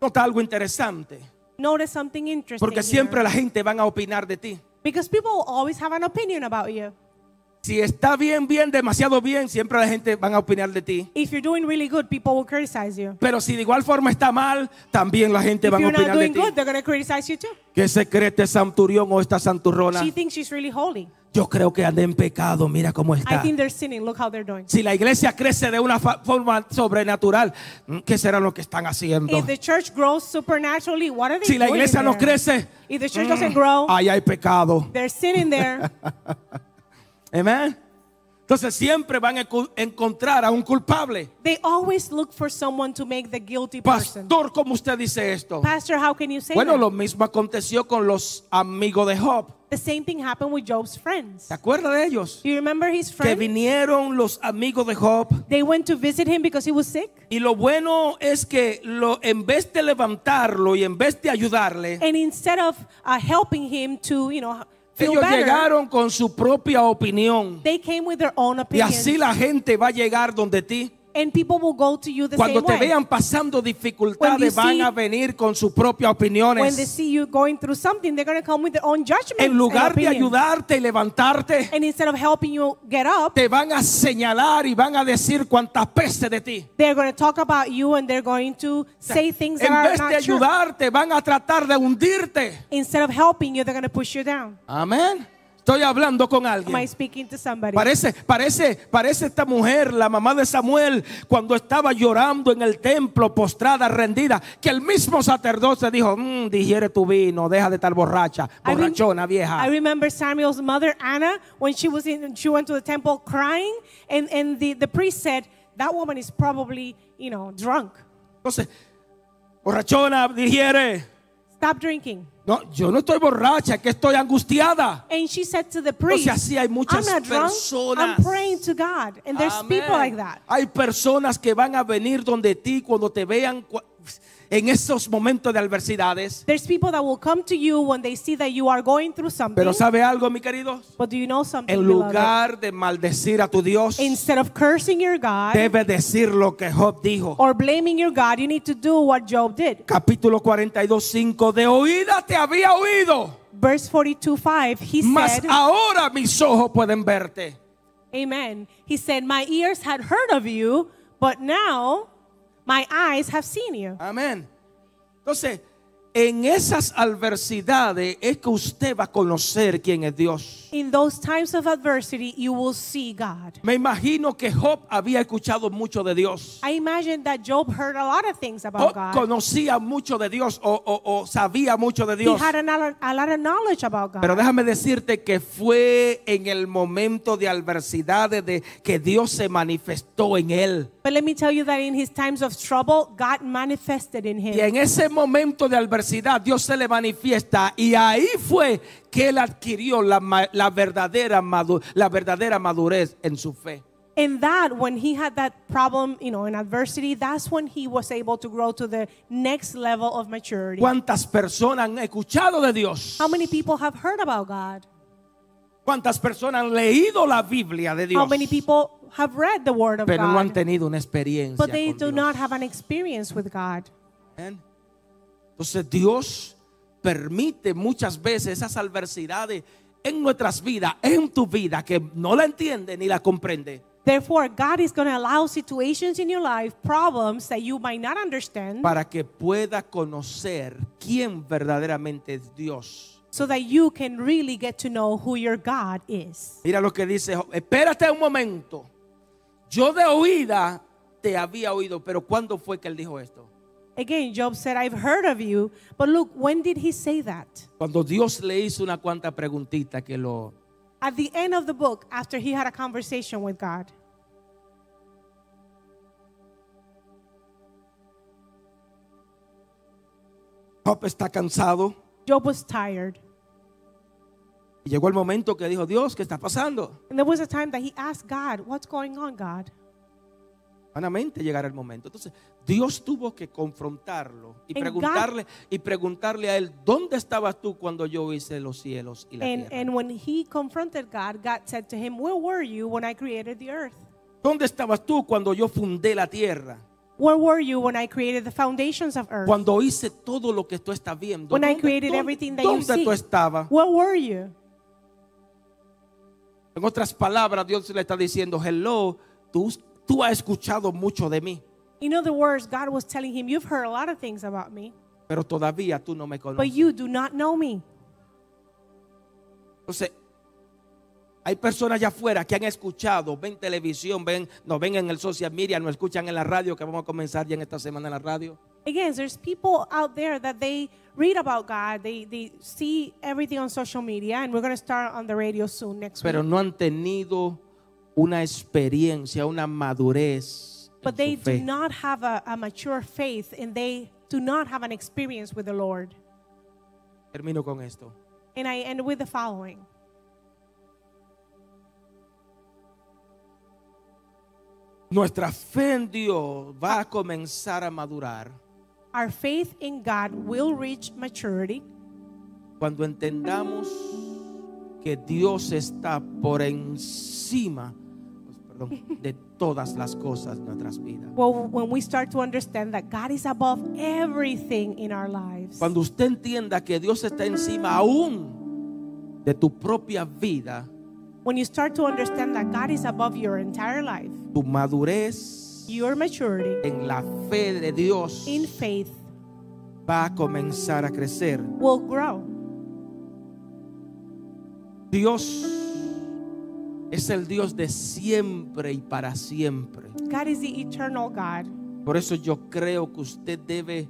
Nota algo interesante, Notice something interesting porque here. siempre la gente van a opinar de ti. because people will always have an opinion about you. Si está bien, bien, demasiado bien, siempre la gente van a opinar de ti. If you're doing really good, people will criticize you. Pero si de igual forma está mal, también la gente If van a you're not opinar de doing ti. good, they're going to criticize you too. ¿Qué se cree este santurión o esta santurrona? She thinks she's really holy. Yo creo que andé en pecado, mira cómo I está. think they're sinning. Look how they're doing. Si la iglesia crece de una fa- forma sobrenatural, mm, ¿qué será lo que están haciendo? If the church grows supernaturally, what are they Si la doing iglesia no there? crece, Mm. If the church doesn't grow, ahí hay pecado. they're sinning [laughs] there. Amén. Entonces siempre van a encu- encontrar a un culpable. They always look for someone to make the guilty person. Pastor, ¿cómo usted dice esto? Pastor, how can you say Bueno, that? lo mismo aconteció con los amigos de Job. the same thing happened with Job's friends. ¿Se acuerda de ellos? Do you remember his Que friend? vinieron los amigos de Job. They went to visit him because he was sick. Y lo bueno es que lo, en vez de levantarlo y en vez de ayudarle, And instead of uh, helping him to, you know, feel ellos better, llegaron con su propia opinión. they came with their own Y opinion. así la gente va a llegar donde ti. and people will go to you the Cuando same te way. vean pasando dificultades, When you van see- a venir con sus propias when they opiniones. see you going through something, they're going to come with their own judgment. En lugar and de opinion. ayudarte y levantarte, and instead of helping you get up, te van a señalar y van a decir cuántas pestes de ti. they're going to talk about you and they're going to say things that en are vez not de true. ayudarte, van a tratar de hundirte. Instead of helping you, they're going to push you down. Amén. Estoy hablando con Am I alguien. speaking to somebody? Parece, parece, parece esta mujer, la mamá de Samuel, cuando estaba llorando en el templo, postrada, rendida, que el mismo sacerdote dijo, "Mm, digiere tu vino, deja de estar borracha, I rem- borrachona vieja. I remember Samuel's mother Anna when she was in she went to the temple crying and and the the priest said that woman is probably you know drunk. Entonces, borrachona, digiere. Stop drinking. No, yo no estoy borracha, que estoy angustiada. And she said to the priest, así hay muchas I'm not drunk. personas. I'm praying to God. And there's people Amén. like that. Hay personas que van a venir donde ti cuando te vean cu- en esos momentos de adversidades. There's people that will come to you when they see that you are going through something. Pero ¿sabe algo, mi querido? but do you know something? En beloved? lugar de maldecir a tu Dios, Instead of cursing your God debe decir lo que Job dijo. or blaming your God, you need to do what Job did. Capítulo 42, 5. De oída te había oído, Verse 42 5, he mas said, ahora mis ojos pueden verte. Amen. He said, My ears had heard of you, but now my eyes have seen you. Amén. Entonces, en esas adversidades es que usted va a conocer quién es Dios. In those times of adversity, you will see God. Me imagino que Job había escuchado mucho de Dios. I imagine that Job heard a lot of things about Job God. conocía mucho de Dios o, o- o sabía mucho de He Dios. had a lot, a lot of knowledge about God. Pero déjame decirte que fue en el momento de adversidades de que Dios se manifestó en él. but let me tell you that in his times of trouble, God manifested in him. Y en ese momento de adversidad Dios se le manifiesta y ahí fue que él adquirió la, ma- la verdadera, madu- la verdadera madurez en su fe. And that, when he had that problem, you know, in adversity, that's when he was able to grow to the next level of maturity. ¿Cuántas personas han escuchado de Dios? How many people have heard about God? ¿Cuántas personas han leído la Biblia de How Dios? many people have read the Word of Pero no han God? tenido una experiencia. but they con do Dios. not have an experience with God. Amén. Entonces Dios permite muchas veces esas adversidades en nuestras vidas, en tu vida, que no la entiende ni la comprende. Therefore, God is going to allow situations in your life, problems that you might not understand, para que pueda conocer quién verdaderamente es Dios. so that you can really get to know who your God is. Mira lo que dice, Job. espérate un momento. Yo de oída te había oído, pero ¿cuándo fue que él dijo esto? Again, Job said, I've heard of you. But look, when did he say that? Cuando Dios le hizo una cuanta preguntita que lo... At the end of the book, after he had a conversation with God. Job está cansado. Job was tired. Y llegó el momento que dijo, Dios, ¿qué está pasando? And there was a time that he asked God, What's going on, God? Humanamente llegará el momento. Entonces, Dios tuvo que confrontarlo y En preguntarle, y preguntarle a él, ¿dónde estabas tú cuando yo hice los cielos y la And, tierra? and when he confronted God, God said to him, Where were you when I created the earth? ¿Dónde estabas tú cuando yo fundé la tierra? Where were you when I created the foundations of earth? Cuando hice todo lo que tú estás viendo. When I ¿Dónde- created dónde- everything that you ¿Dónde see. tú estabas? Where were you? En otras palabras, Dios le está diciendo, hello, tú, tú has escuchado mucho de mí, In other words, God was telling him, You've heard a lot of things about me, pero todavía tú no me but conoces. you do not know me. Entonces, Hay personas allá afuera que han escuchado, ven televisión, ven, nos ven en el social media, nos escuchan en la radio, que vamos a comenzar ya en esta semana en la radio. Again, there's people out there that they read about God, they, they see everything on social media, and we're going to start on the radio soon next Pero week. no han tenido una experiencia, una madurez. en But they su do fe. not have a, a mature faith, and they do not have an experience with the Lord. Termino con esto. And I end with the following Nuestra fe en Dios va a comenzar a madurar Our faith in God will reach maturity cuando entendamos que Dios está por encima pues, perdón, de todas las cosas de nuestras vidas. well, when we start to understand that God is above everything in our lives. Cuando usted entienda que Dios está encima aún de tu propia vida, When you start to understand that God is above your entire life, tu madurez your maturity en la fe de Dios in faith va a comenzar a crecer. will grow. Dios es el Dios de siempre y para siempre. God is the eternal God. Por eso yo creo que usted debe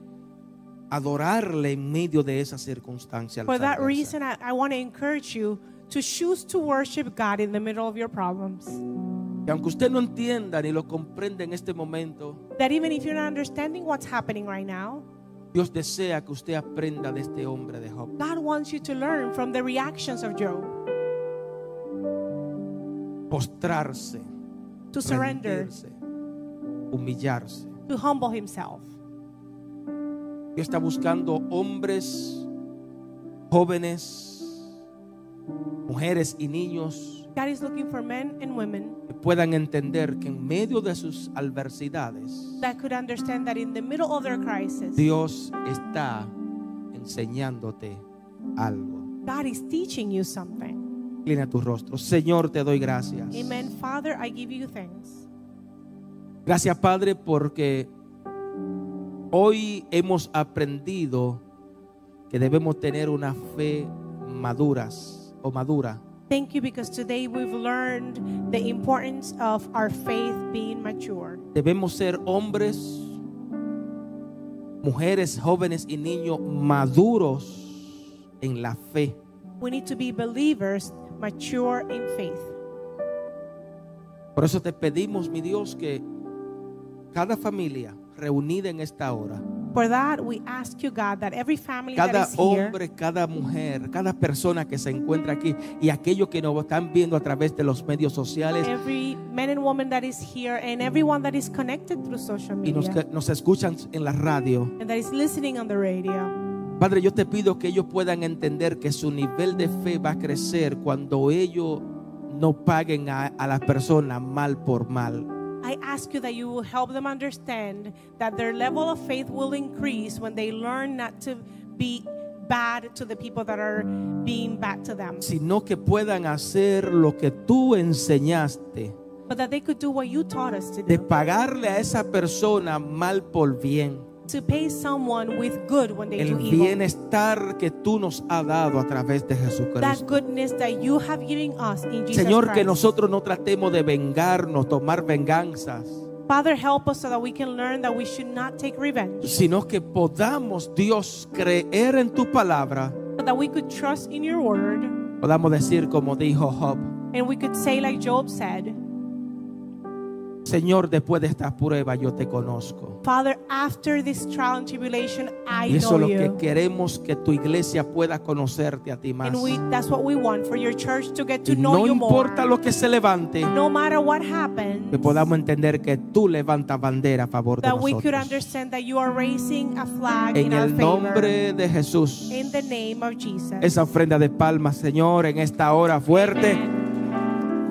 adorarle en medio de esa circunstancia. For that adversa. reason, I, I want to encourage you to choose to worship God in the middle of your problems. Que aunque usted no entienda ni lo comprenda en este momento, That even if you're not understanding what's happening right now, Dios desea que usted aprenda de este hombre de Job. God wants you to learn from the reactions of Job, Postrarse, to surrender, rendirse, humillarse. to humble himself. Dios está buscando hombres, jóvenes, mujeres y niños God is looking for men and women que puedan entender que en medio de sus adversidades, that could understand that in the middle of their crisis, Dios está enseñándote algo. God is teaching you something. Inclina tu rostro. Señor, te doy gracias. Amen. Father, I give you thanks. Gracias, Padre, porque hoy hemos aprendido que debemos tener una fe maduras o madura. Thank you because today we've learned the importance of our faith being mature. Debemos ser hombres, mujeres, jóvenes y niños maduros en la fe. We need to be believers, mature in faith. Por eso te pedimos, mi Dios, que cada familia reunida en esta hora, For that, we ask you, God, that every family cada that is here, hombre, cada mujer, cada persona que se encuentra aquí y aquellos que nos están viendo a través de los medios sociales every man and woman that is here, and everyone that is connected through social y nos, media nos escuchan en la radio. and that is listening on the radio, Padre, yo te pido que ellos puedan entender que su nivel de fe va a crecer cuando ellos no paguen a, a las personas mal por mal. I ask you that you will help them understand that their level of faith will increase when they learn not to be bad to the people that are being bad to them, sino que puedan hacer lo que tú enseñaste but that they could do what you taught us to de do pagarle a esa persona mal por bien, to pay someone with good when they el do evil. bienestar que tú nos has dado a través de that Jesucristo. goodness that you have given us in Jesus Señor, Christ. que nosotros no tratemos de vengarnos, tomar venganzas, Father, help us so that we can learn that we should not take revenge, sino que podamos, Dios, creer en tu palabra. but that we could trust in your word Podamos decir como dijo Job, and we could say, like Job said, Señor, después de esta prueba yo te conozco. Father, after this trial and tribulation, I Y eso know es lo que you. queremos que tu iglesia pueda conocerte a ti más. And we, that's what we want for your church to get to Y know no you more. importa lo que se levante, no matter what happens, que podamos entender que tú levantas bandera a favor de that we could nosotros. understand that you are raising a flag En in our el favor. nombre de Jesús, In the name of Jesus. esa ofrenda de palmas, Señor, en esta hora fuerte,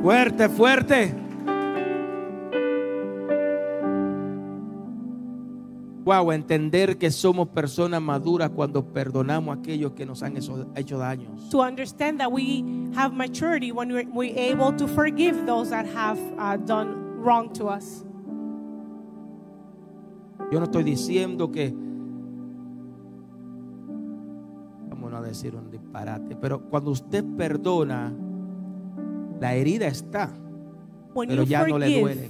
fuerte, fuerte. Wow, entender que somos personas maduras cuando perdonamos a aquellos que nos han hecho, hecho daños. to understand that we have maturity when we're, we're able to forgive those that have uh, done wrong to us. Yo no estoy diciendo que vamos a decir un disparate, pero cuando usted perdona, La herida está, When pero you ya no le duele. forgive,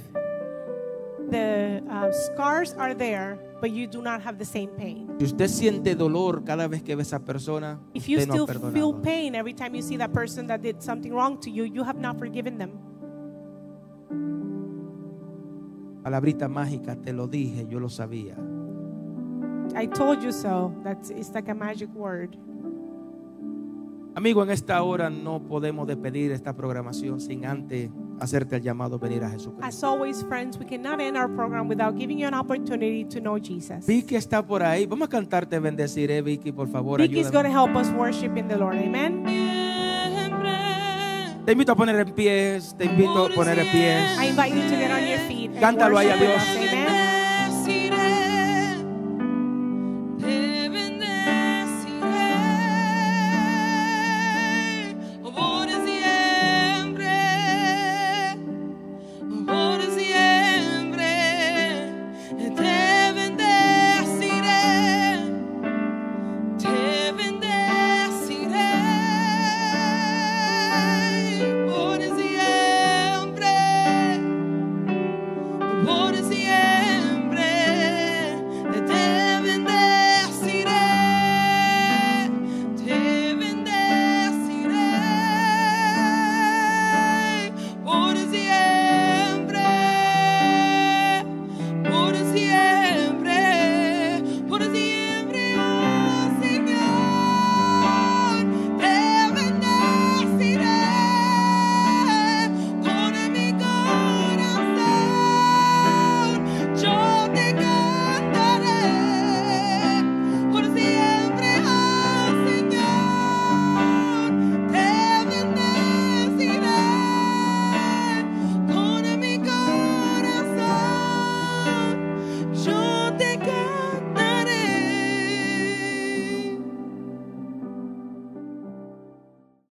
the uh, scars are there, but you do not have the same pain. Si usted siente dolor cada vez que ve a esa persona, If you usted no ha still feel perdonado. pain every time you see that person that did something wrong to you, you have not forgiven them. Palabrita mágica, te lo dije, yo lo sabía. I told you so. That's it's like a magic word. Amigo, en esta hora no podemos despedir esta programación sin antes hacerte el llamado a venir a Jesucristo. As always, friends, we cannot end our program without giving you an opportunity to know Jesus. Vicky está por ahí. Vamos a cantarte bendeciré, Vicky, por favor. Vicky's going to Ayúdame. help us worship in the Lord. Amen. Te invito a poner en pies, te invito a poner en pies. I invite you to get on your feet. and Cántalo ahí a worship with Dios. us. Amen.